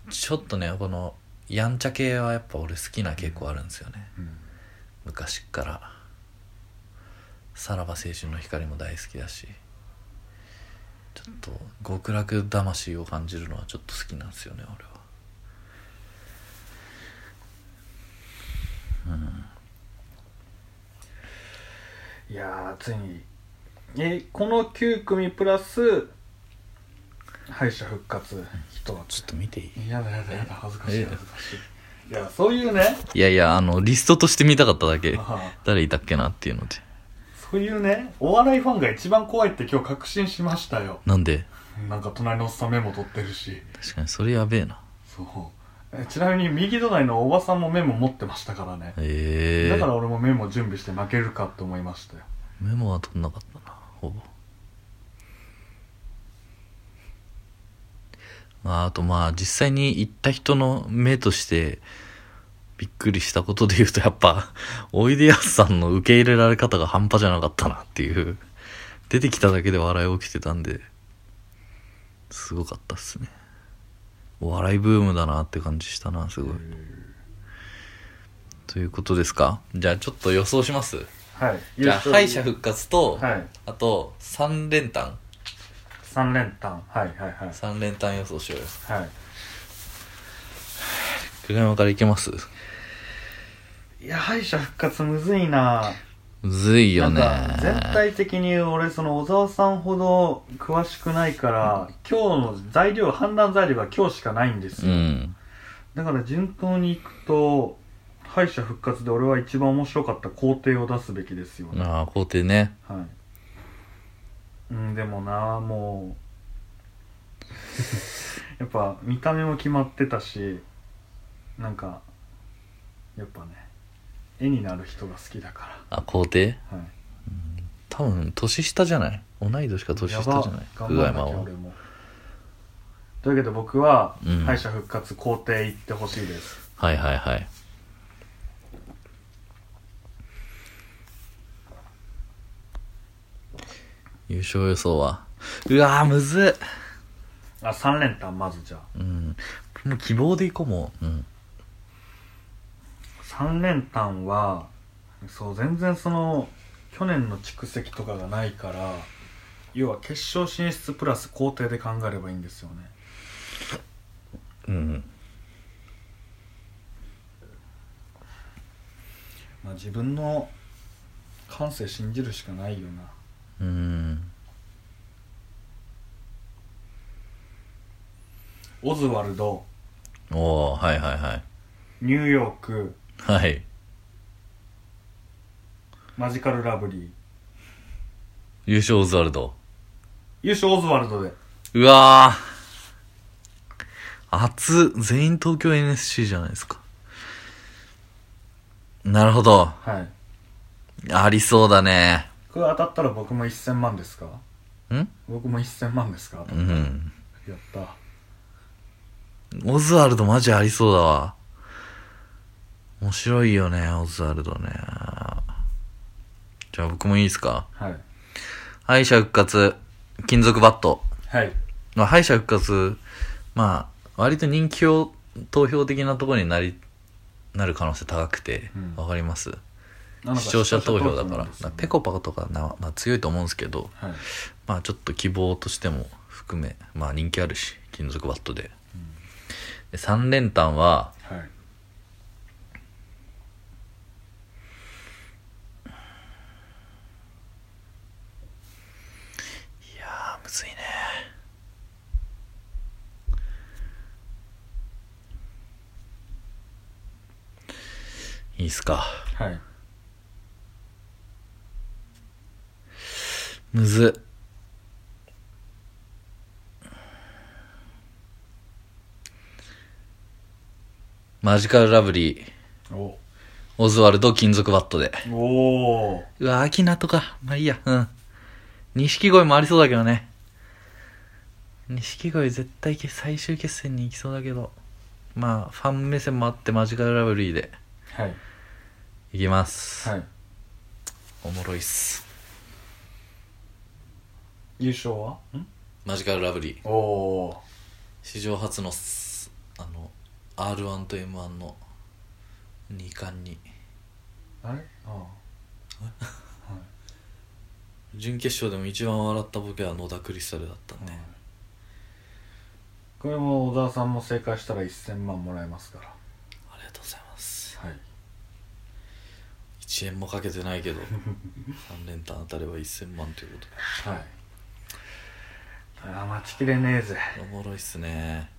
Speaker 2: い、
Speaker 1: ちょっとねこのやんちゃ系はやっぱ俺好きな傾向あるんですよね
Speaker 2: うん
Speaker 1: 昔っからさらば青春の光も大好きだしちょっと極楽魂を感じるのはちょっと好きなんですよね俺は
Speaker 2: いやーついにえこの9組プラス敗者復活人は
Speaker 1: ちょっと見ていい
Speaker 2: やだやだやだ恥ずかしい
Speaker 1: え
Speaker 2: 恥ずかしいいやそういうね
Speaker 1: いやいやあのリストとして見たかっただけ
Speaker 2: ああ
Speaker 1: 誰いたっけなっていうので
Speaker 2: そういうねお笑いファンが一番怖いって今日確信しましたよ
Speaker 1: なんで
Speaker 2: なんか隣のおっさんメモ取ってるし
Speaker 1: 確かにそれやべえな
Speaker 2: そうえちなみに右隣のおばさんもメモ持ってましたからね
Speaker 1: ええ
Speaker 2: だから俺もメモ準備して負けるかと思いましたよ
Speaker 1: メモは取んなかったなほぼまああとまあ実際に行った人の目としてびっくりしたことで言うとやっぱおいでやすさんの受け入れられ方が半端じゃなかったなっていう出てきただけで笑い起きてたんですごかったっすねお笑いブームだなって感じしたなすごいということですかじゃあちょっと予想します
Speaker 2: はい
Speaker 1: じゃあ
Speaker 2: 優勝
Speaker 1: 敗者復活と、
Speaker 2: はい
Speaker 1: あと3連単
Speaker 2: 3連単はいはいはい
Speaker 1: 3連単予想しようよ
Speaker 2: は
Speaker 1: 久我山からいけます
Speaker 2: いいや敗者復活むずいな
Speaker 1: むずいよね
Speaker 2: なんか全体的に俺その小沢さんほど詳しくないから今日の材料判断材料が今日しかないんです
Speaker 1: う
Speaker 2: よ、
Speaker 1: ん
Speaker 2: だから順当にいくと敗者復活で俺は一番面白かった工程を出すべきですよね、
Speaker 1: ああ皇帝ね
Speaker 2: はいうんでもなもう *laughs* やっぱ見た目も決まってたしなんかやっぱね絵になる人が好きだか
Speaker 1: あ皇帝
Speaker 2: ら、はい、
Speaker 1: 多分年下じゃない同い年か年下じゃない
Speaker 2: や
Speaker 1: 久
Speaker 2: ば
Speaker 1: 我
Speaker 2: 頑張ん
Speaker 1: 山
Speaker 2: なきゃ
Speaker 1: は
Speaker 2: 俺もというわけで僕は
Speaker 1: うん
Speaker 2: 敗者復活皇帝行ってほしいです、
Speaker 1: はいはいはい優勝予想はうわーむずっ
Speaker 2: あ3連単まずじゃあ
Speaker 1: うんもう希望でいこうもううん
Speaker 2: 3連単はそう全然その去年の蓄積とかがないから要は決勝進出プラス工程で考えればいいんですよね
Speaker 1: うん
Speaker 2: まあ自分の感性信じるしかないよな
Speaker 1: うん
Speaker 2: オズワルド
Speaker 1: おおはいはいはい
Speaker 2: ニューヨーク
Speaker 1: はい
Speaker 2: マジカルラブリー
Speaker 1: 優勝オズワルド
Speaker 2: 優勝オズワルドで
Speaker 1: うわー熱っ全員東京 NSC じゃないですかなるほど
Speaker 2: はい
Speaker 1: ありそうだね
Speaker 2: これ当たったら僕も1000万ですか
Speaker 1: ん
Speaker 2: 僕も1000万ですか
Speaker 1: うん
Speaker 2: やった
Speaker 1: オズワルドマジありそうだわ面白いよねオズワルドねじゃあ僕もいいですか
Speaker 2: はい
Speaker 1: 敗者復活金属バット
Speaker 2: はい
Speaker 1: まあ、敗者復活、まあ、割と人気を投票的なところになり、なる可能性高くて
Speaker 2: うん、
Speaker 1: わ、かります視聴者投票だから、ペコパコとかな、まあ、強いと思うんですけど、
Speaker 2: はい
Speaker 1: まあ、ちょっと希望としても含め、まあ、人気あるし、金属バットで。で3連単は、
Speaker 2: はい
Speaker 1: いやー、むずいね。いいっすか。
Speaker 2: はい
Speaker 1: むずっマジカルラブリー
Speaker 2: お
Speaker 1: オズワルド金属バットで
Speaker 2: おー
Speaker 1: うわアキナとかまあいいやうん錦鯉もありそうだけどね錦鯉絶対け最終決戦に行きそうだけどまあファン目線もあってマジカルラブリーで
Speaker 2: はい
Speaker 1: いきます、
Speaker 2: はい
Speaker 1: おもろいっす
Speaker 2: 優勝はん
Speaker 1: マジカルラブリー
Speaker 2: おお
Speaker 1: 史上初のすあの r 1と m 1の2冠に
Speaker 2: ーあれああはい
Speaker 1: 準決勝でも一番笑ったボケは野田クリスタルだったんで、
Speaker 2: これも小沢さんも正解したら1000万もらえますから
Speaker 1: ありがとうございます
Speaker 2: はい
Speaker 1: 1円もかけてないけど3連単当たれば1000万というこ
Speaker 2: はいああ待ちきれねえぜ
Speaker 1: とでおもろいっすね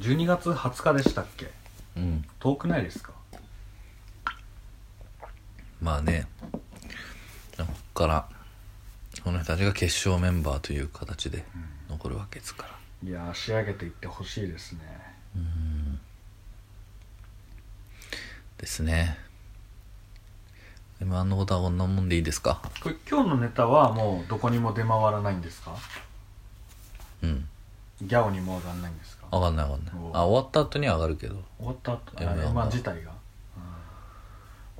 Speaker 2: 12月20日でしたっけ
Speaker 1: うん
Speaker 2: 遠くないですか
Speaker 1: まあねじゃあここからこの人たちが決勝メンバーという形で残るわけですから
Speaker 2: いやー仕上げていってほしいですね
Speaker 1: ですね m 1のことはこんなもんでいいですか
Speaker 2: これ今日のネタはもうどこにも出回らないんですか
Speaker 1: うん
Speaker 2: ギャオにも上がんないんですか
Speaker 1: 上がんない上がんない
Speaker 2: おう
Speaker 1: あ終わった後には上がるけど
Speaker 2: 終わった後あ
Speaker 1: M1
Speaker 2: M1
Speaker 1: が
Speaker 2: 自体が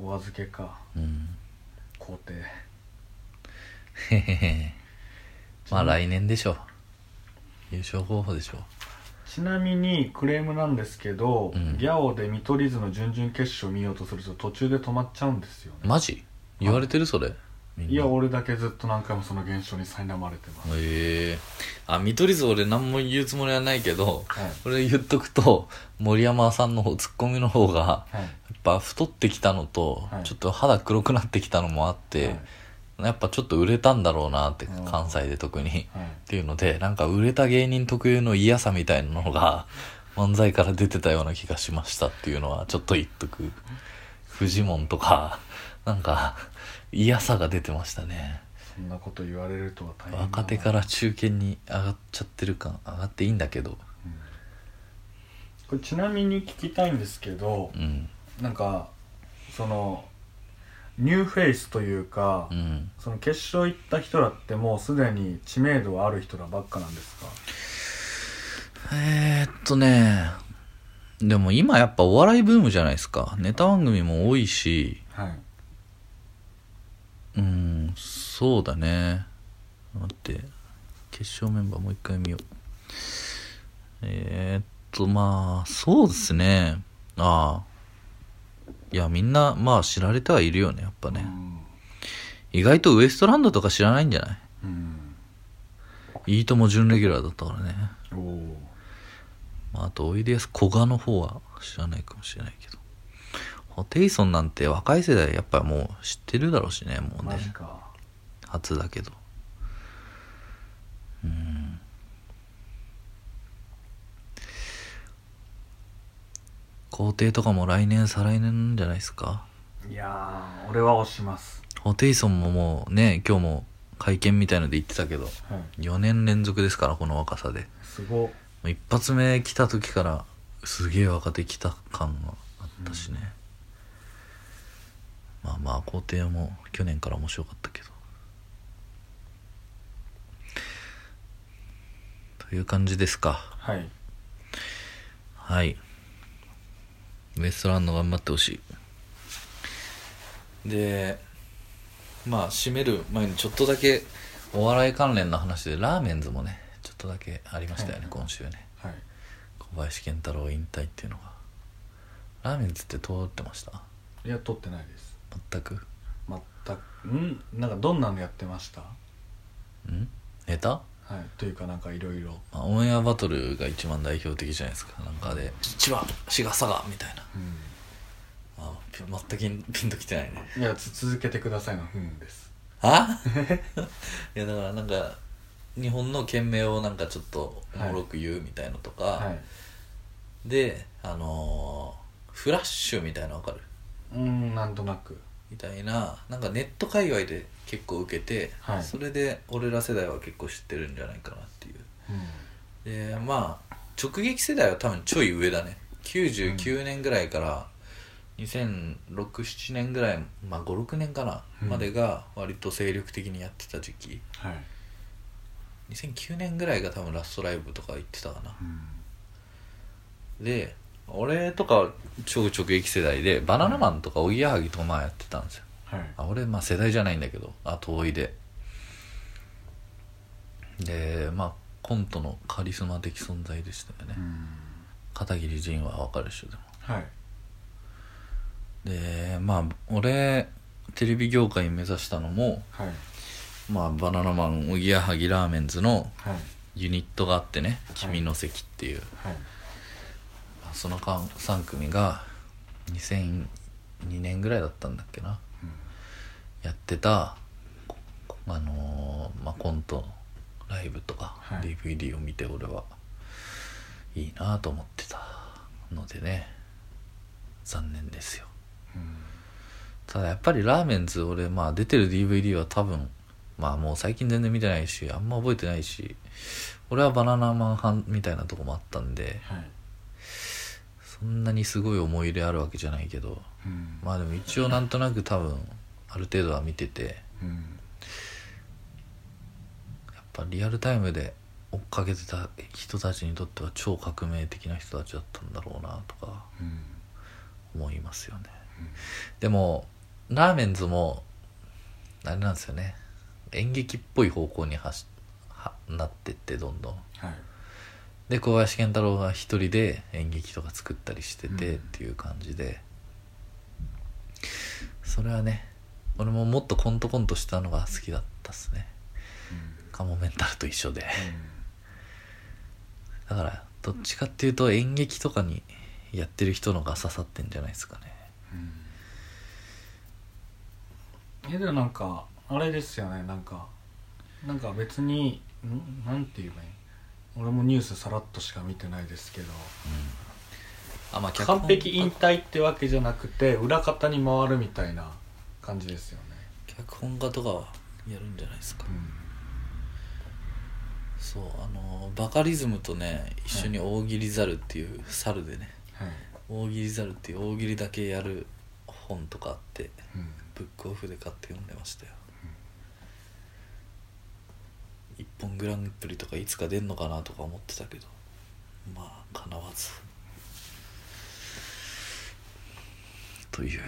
Speaker 2: うんお預けか *laughs*
Speaker 1: うん
Speaker 2: 皇帝
Speaker 1: へへへまあ来年でしょう優勝候補でしょ
Speaker 2: ちなみにクレームなんですけど、
Speaker 1: うん
Speaker 2: ギャオで見取り図の準々決勝見ようとすると途中で止まっちゃうんですよ
Speaker 1: う
Speaker 2: ね
Speaker 1: マジ言われてるそれみんない
Speaker 2: や俺だけずっと何回もその現象に苛まれてます、
Speaker 1: へえあ見取り図俺何も言うつもりはないけど
Speaker 2: はい
Speaker 1: これ言っとくと森山さんの方ツッコミの方が
Speaker 2: はい
Speaker 1: やっぱ太ってきたのと、
Speaker 2: はい
Speaker 1: ちょっと肌黒くなってきたのもあって、
Speaker 2: はい
Speaker 1: やっぱちょっと売れたんだろうなって
Speaker 2: うん
Speaker 1: 関西で特に
Speaker 2: はい
Speaker 1: っていうのでなんか売れた芸人特有の嫌さみたいなのが漫才から出てたような気がしましたっていうのはちょっと言っとくフジモンとかなんか嫌さが出てましたね
Speaker 2: うそんなこと言われるとは大変だな
Speaker 1: 若手から中堅に上がっちゃってる感上がっていいんだけど
Speaker 2: うんこれちなみに聞きたいんですけど
Speaker 1: う、ん
Speaker 2: なんかそのニューフェイスというか、
Speaker 1: うん
Speaker 2: その決勝行った人らってもうすでに知名度はある人らばっかなんですか
Speaker 1: えー、っとねでも今やっぱお笑いブームじゃないですかネタ番組も多いし
Speaker 2: はい
Speaker 1: うんそうだね待って決勝メンバーもう一回見ようえー、っとまあそうですねああいやみんなまあ知られてはいるよねやっぱね意外とウエストランドとか知らないんじゃない
Speaker 2: うん、
Speaker 1: いいとも準レギュラーだったからね、
Speaker 2: うん、おお
Speaker 1: まあ、あとおいでやす古賀の方は知らないかもしれないけどホテイソンなんて若い世代やっぱもう知ってるだろうしねもう
Speaker 2: マジ
Speaker 1: ね
Speaker 2: か
Speaker 1: 初だけどうん皇帝とかも来年再来年なんじゃないですか
Speaker 2: いやー俺は押します
Speaker 1: ホテイソンももうね今日も会見みたいので言ってたけど
Speaker 2: はい
Speaker 1: 4年連続ですからこの若さです
Speaker 2: ごっ
Speaker 1: 一発目来た時からすげえ若手来た感があったしね、まあまあ皇帝も去年から面白かったけどという感じですか
Speaker 2: はい
Speaker 1: はいウエストランド頑張ってほしいでまあ締める前にちょっとだけお笑い関連の話でラーメンズもねちょっとだけありましたよね、
Speaker 2: はいはい
Speaker 1: 今週ね
Speaker 2: はい
Speaker 1: 小林健太郎引退っていうのがラーメンズって通ってました
Speaker 2: いや撮ってないです
Speaker 1: 全く
Speaker 2: 全くんなんかどんなのやってました
Speaker 1: んネタ、
Speaker 2: はいというかなんかいろいろ
Speaker 1: まあ、オンエアバトルが一番代表的じゃないですかなんかで千葉滋賀佐賀みたいな
Speaker 2: うん
Speaker 1: あピ全くピンときてないね
Speaker 2: いやつ続けてくださいのふんです
Speaker 1: あ *laughs* いやだからなんか日本の県名をなんかちょっとおもろく言うみたいのとか、
Speaker 2: はい
Speaker 1: であのーフラッシュみたいなわかる
Speaker 2: うーんなんとなく
Speaker 1: みたいななんかネット界隈で結構受けて、
Speaker 2: はい
Speaker 1: それで俺ら世代は結構知ってるんじゃないかなっていう
Speaker 2: うん
Speaker 1: でまあ直撃世代は多分ちょい上だね99年ぐらいから2006-7年ぐらいまあ56年かな、
Speaker 2: うん
Speaker 1: までが割と精力的にやってた時期
Speaker 2: はい、
Speaker 1: 2009年ぐらいが多分ラストライブとか行ってたかな
Speaker 2: うん、
Speaker 1: で俺とか超直撃世代でバナナマンとかおぎやはぎとかまあやってたんですよ
Speaker 2: はい
Speaker 1: あ俺まあ世代じゃないんだけどあ遠いででまあコントのカリスマ的存在でしたよね、
Speaker 2: うん
Speaker 1: 片桐仁はわかるでしょでも
Speaker 2: はい
Speaker 1: でまあ俺テレビ業界目指したのも
Speaker 2: はい
Speaker 1: まあバナナマンおぎやはぎラーメンズの
Speaker 2: はい
Speaker 1: ユニットがあってね「君の席」っていう、
Speaker 2: はい
Speaker 1: まあその間3組が2002年ぐらいだったんだっけなやってたこあのーまあ、コントライブとか
Speaker 2: はい
Speaker 1: DVD を見て俺はいいなと思ってたのでね残念ですよ
Speaker 2: うん
Speaker 1: ただやっぱりラーメンズ俺まあ出てる DVD は多分まあもう最近全然見てないしあんま覚えてないし俺はバナナマン派みたいなとこもあったんで
Speaker 2: はい
Speaker 1: そんなにすごい思い入れあるわけじゃないけど
Speaker 2: うん
Speaker 1: まあでも一応なんとなく多分ある程度は見てて
Speaker 2: うん
Speaker 1: やっぱリアルタイムで追っかけてた人たちにとっては超革命的な人たちだったんだろうなとか
Speaker 2: うん
Speaker 1: 思いますよね、
Speaker 2: うん
Speaker 1: でもラーメンズもあれなんですよね演劇っぽい方向に走はなってってどんどん
Speaker 2: はい
Speaker 1: で小林健太郎が一人で演劇とか作ったりしてて
Speaker 2: うん
Speaker 1: っていう感じで、それはね俺ももっとコントコントしたのが好きだったっすね
Speaker 2: うん
Speaker 1: カモメンタルと一緒で
Speaker 2: うん
Speaker 1: だからどっちかっていうと演劇とかにやってる人のが刺さってんじゃないですかね
Speaker 2: えでもなんかあれですよねなんかなんか別にんなんて言えばいい俺もニュースさらっとしか見てないですけど
Speaker 1: あまあ脚本
Speaker 2: 完璧引退ってわけじゃなくて裏方に回るみたいな感じですよね
Speaker 1: 脚本家とかはやるんじゃないですか、
Speaker 2: うん
Speaker 1: そうあのバカリズムとね一緒に大喜利猿っていう猿でね
Speaker 2: はい
Speaker 1: 大喜利猿っていう大喜利だけやる本とかあって
Speaker 2: うん
Speaker 1: ブックオフで買って読んでましたよ一本グランプリとかいつか出んのかなとか思ってたけどまあかなわずという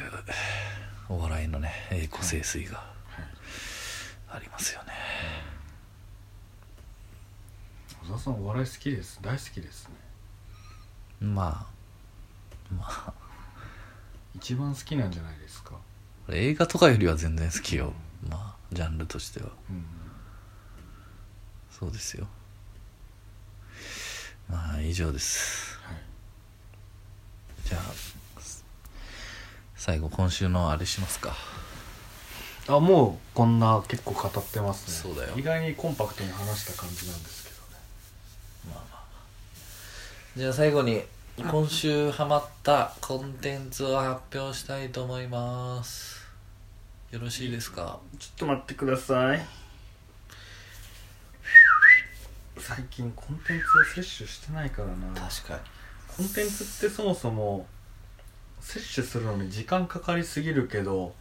Speaker 1: お笑いのね栄枯盛衰が
Speaker 2: はい
Speaker 1: ありますよね、
Speaker 2: 小沢さんお笑い好きです大好きですね
Speaker 1: まあまあ
Speaker 2: 一番好きなんじゃないですか
Speaker 1: 映画とかよりは全然好きよまあジャンルとしては
Speaker 2: うん
Speaker 1: そうですよまあ以上です
Speaker 2: はい
Speaker 1: じゃあ最後今週のあれしますか
Speaker 2: あもうこんな結構語ってますね
Speaker 1: そうだよ
Speaker 2: 意外にコンパクトに話した感じなんですけどね
Speaker 1: まあまあじゃあ最後に今週ハマったコンテンツを発表したいと思いますよろしいですか
Speaker 2: ちょっと待ってください最近コンテンツを摂取してないからな
Speaker 1: かに
Speaker 2: コンテンツってそもそも摂取するのに時間かかりすぎるけど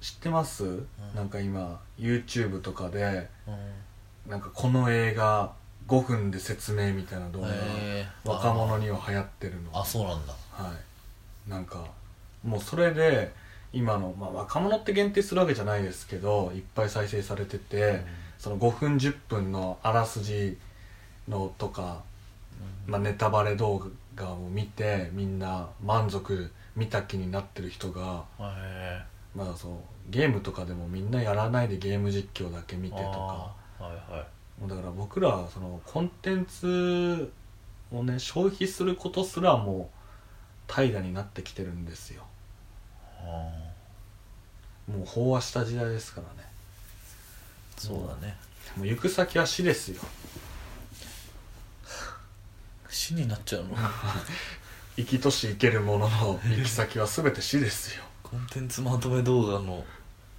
Speaker 2: 知ってます、なんか今 YouTube とかで
Speaker 1: うん
Speaker 2: なんかこの映画5分で説明みたいな動画が
Speaker 1: へー
Speaker 2: 若者には流行ってるの
Speaker 1: あそうなんだ
Speaker 2: はい、なんかもうそれで今の、まあ、若者って限定するわけじゃないですけどいっぱい再生されてて、その5分10分のあらすじのとか、まあ、ネタバレ動画を見てみんな満足見た気になってる人が、
Speaker 1: へ
Speaker 2: まあ、そうゲームとかでもみんなやらないでゲーム実況だけ見
Speaker 1: え
Speaker 2: てとか
Speaker 1: はいはい
Speaker 2: もうだから僕らはそのコンテンツをね消費することすらもう怠惰になってきてるんですよ
Speaker 1: あ
Speaker 2: もう飽和した時代ですからね
Speaker 1: ーそうだね
Speaker 2: もう行く先は死ですよ
Speaker 1: 死になっちゃうの
Speaker 2: 生きとし生けるものの行き先は全て死ですよ
Speaker 1: *laughs* コンテンツまとめ動画の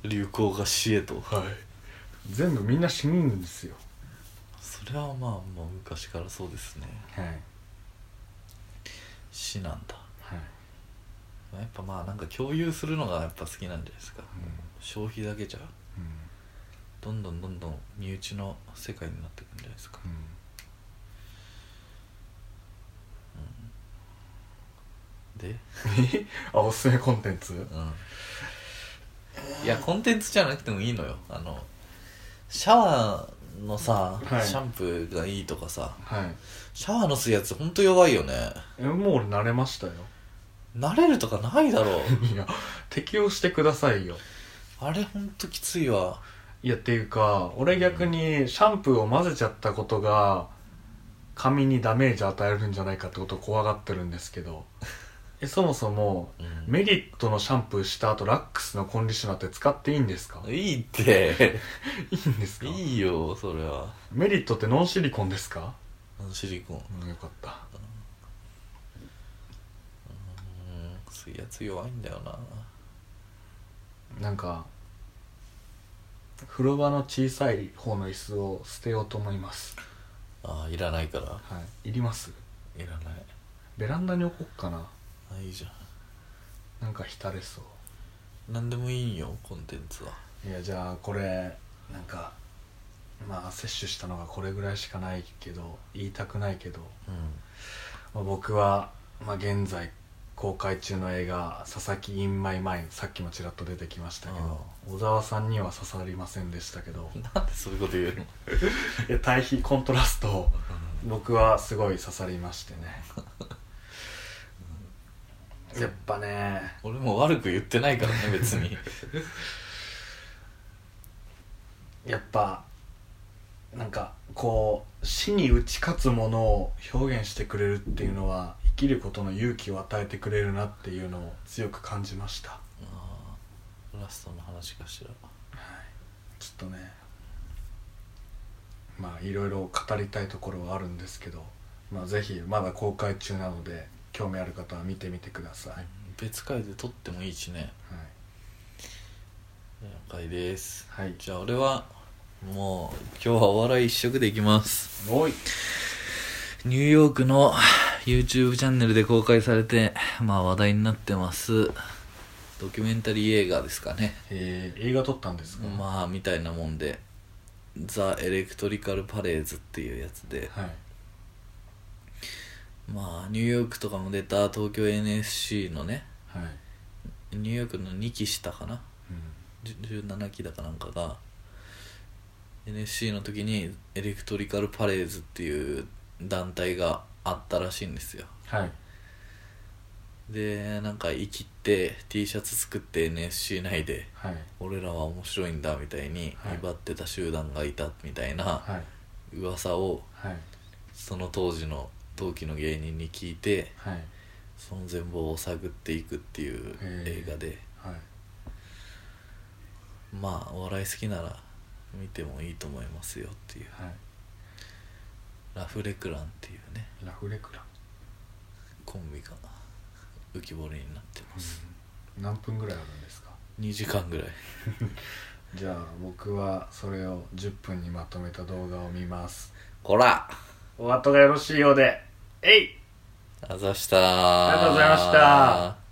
Speaker 1: 流行が死へと
Speaker 2: はい全部みんな死ぬんですよ
Speaker 1: それはまあまあ昔からそうですね
Speaker 2: はい、
Speaker 1: 死なんだ
Speaker 2: はい
Speaker 1: やっぱまあなんか共有するのがやっぱ好きなんじゃないですか消費だけじゃ
Speaker 2: うん
Speaker 1: どんどんどんどん身内の世界になっていくんじゃないですか
Speaker 2: うん
Speaker 1: で
Speaker 2: えあおすすめコンテンツ
Speaker 1: うんいやコンテンツじゃなくてもいいのよあのシャワーのさ、
Speaker 2: はい
Speaker 1: シャンプーがいいとかさ
Speaker 2: はい
Speaker 1: シャワーの水やつほんと弱いよね
Speaker 2: えもう俺慣れましたよ
Speaker 1: 慣れるとかないだろう
Speaker 2: *laughs* いや適用してくださいよ
Speaker 1: あれほんときついわ
Speaker 2: いやっていうか俺逆にシャンプーを混ぜちゃったことが髪にダメージ与えるんじゃないかってことを怖がってるんですけ *laughs* どえそもそも
Speaker 1: うん
Speaker 2: メリットのシャンプーした後ラックスのコンディショナーって使っていいんですかい
Speaker 1: いいって
Speaker 2: いんですか
Speaker 1: いいよそれは
Speaker 2: メリットってノンシリコンですか
Speaker 1: あのシリコン
Speaker 2: うんよかった
Speaker 1: うん水圧弱いんだよな
Speaker 2: なんか風呂場の小さい方の椅子を捨てようと思います
Speaker 1: あーいらないから
Speaker 2: はいいります
Speaker 1: いらない
Speaker 2: ベランダに置こっかな
Speaker 1: あいいじゃ
Speaker 2: なんか浸れそうん
Speaker 1: 何でもいいんよコンテンツはい
Speaker 2: やじゃあこれなんかまあ摂取したのがこれぐらいしかないけど言いたくないけど、
Speaker 1: うん
Speaker 2: まあ、僕は、まあ、現在公開中の映画「佐々木 in my mind」さっきもちらっと出てきましたけど小沢さんには刺さりませんでしたけど
Speaker 1: なんでそういうこと言うの
Speaker 2: いや対比コントラスト僕はすごい刺さりましてねやっぱね
Speaker 1: 俺も悪く言ってないからね別 *laughs* に
Speaker 2: やっぱなんかこう死に打ち勝つものを表現してくれるっていうのは生きることの勇気を与えてくれるなっていうのを強く感じました
Speaker 1: あーラストの話かしら
Speaker 2: ちょっとねまあいろいろ語りたいところはあるんですけど、まあ、ぜひまだ公開中なので興味ある方は見てみてください、はい
Speaker 1: 別回で撮ってもいいしね了解です
Speaker 2: はい
Speaker 1: じゃあ俺はもう今日はお笑い一色でいきます
Speaker 2: おい
Speaker 1: ニューヨークの YouTube チャンネルで公開されてまあ話題になってますドキュメンタリー映画ですかね
Speaker 2: えー、映画撮ったんですか、
Speaker 1: まあみたいなもんで「ザ・エレクトリカル・パレーズ」っていうやつで
Speaker 2: はい
Speaker 1: まあニューヨークとかも出た東京 NSC のね
Speaker 2: はい、
Speaker 1: ニューヨークの2期下かな
Speaker 2: うん
Speaker 1: じゅ17期だかなんかが NSC の時にエレクトリカル・パレーズっていう団体があったらしいんですよ
Speaker 2: はい
Speaker 1: でなんか生きて T シャツ作って NSC 内で
Speaker 2: はい
Speaker 1: 俺らは面白いんだみたいに
Speaker 2: はい
Speaker 1: 威張ってた集団がいたみたいな
Speaker 2: はい
Speaker 1: 噂を
Speaker 2: はい
Speaker 1: その当時の同期の芸人に聞いて
Speaker 2: はい
Speaker 1: その全貌を探っていくっていう映画で
Speaker 2: はい
Speaker 1: まあお笑い好きなら見てもいいと思いますよっていう
Speaker 2: はい
Speaker 1: ラフレクランっていうね
Speaker 2: ラフレクラン、
Speaker 1: コンビが浮き彫りになってます、
Speaker 2: 何分ぐらいあるんですか
Speaker 1: 2時間ぐらい
Speaker 2: じゃあ僕はそれを10分にまとめた動画を見ます
Speaker 1: こら
Speaker 2: お後がよろしいようでえい
Speaker 1: あざしたー
Speaker 2: ありがとうございました